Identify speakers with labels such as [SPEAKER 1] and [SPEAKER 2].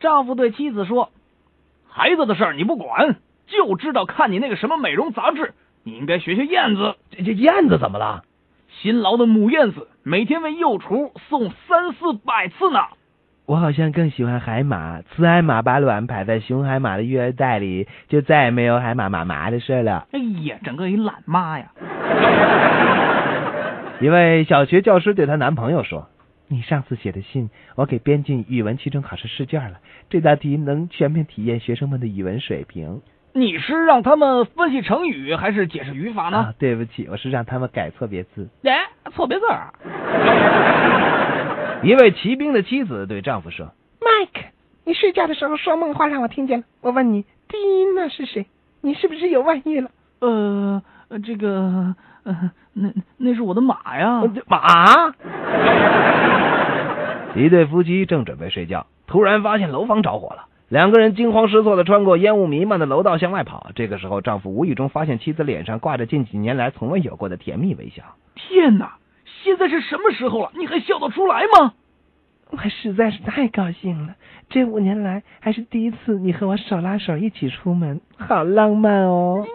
[SPEAKER 1] 丈夫对妻子说：“
[SPEAKER 2] 孩子的事儿你不管，就知道看你那个什么美容杂志。你应该学学燕子，
[SPEAKER 1] 这这燕子怎么了？
[SPEAKER 2] 辛劳的母燕子每天为幼雏送三四百次呢。
[SPEAKER 3] 我好像更喜欢海马，雌海马把卵摆在雄海马的育儿袋里，就再也没有海马妈妈的事了。
[SPEAKER 2] 哎呀，整个一懒妈呀！
[SPEAKER 3] 一位小学教师对她男朋友说：“你上次写的信，我给编进语文期中考试试卷了。这道题能全面体验学生们的语文水平。
[SPEAKER 2] 你是让他们分析成语，还是解释语法呢？
[SPEAKER 3] 啊，对不起，我是让他们改错别字。
[SPEAKER 2] 哎，错别字儿。
[SPEAKER 3] 一位骑兵的妻子对丈夫说
[SPEAKER 4] ，Mike，你睡觉的时候说梦话让我听见了。我问你，第一那是谁？你是不是有外遇了？
[SPEAKER 2] 呃，呃这个，呃，那那是我的马呀。
[SPEAKER 1] 呃这马。”：“
[SPEAKER 3] 一对夫妻正准备睡觉，突然发现楼房着火了。”两个人惊慌失措的穿过烟雾弥漫的楼道向外跑。这个时候，丈夫无意中发现妻子脸上挂着近几年来从未有过的甜蜜微笑。
[SPEAKER 2] 天哪，现在是什么时候了？你还笑得出来吗？
[SPEAKER 3] 我实在是太高兴了，这五年来还是第一次你和我手拉手一起出门，好浪漫哦！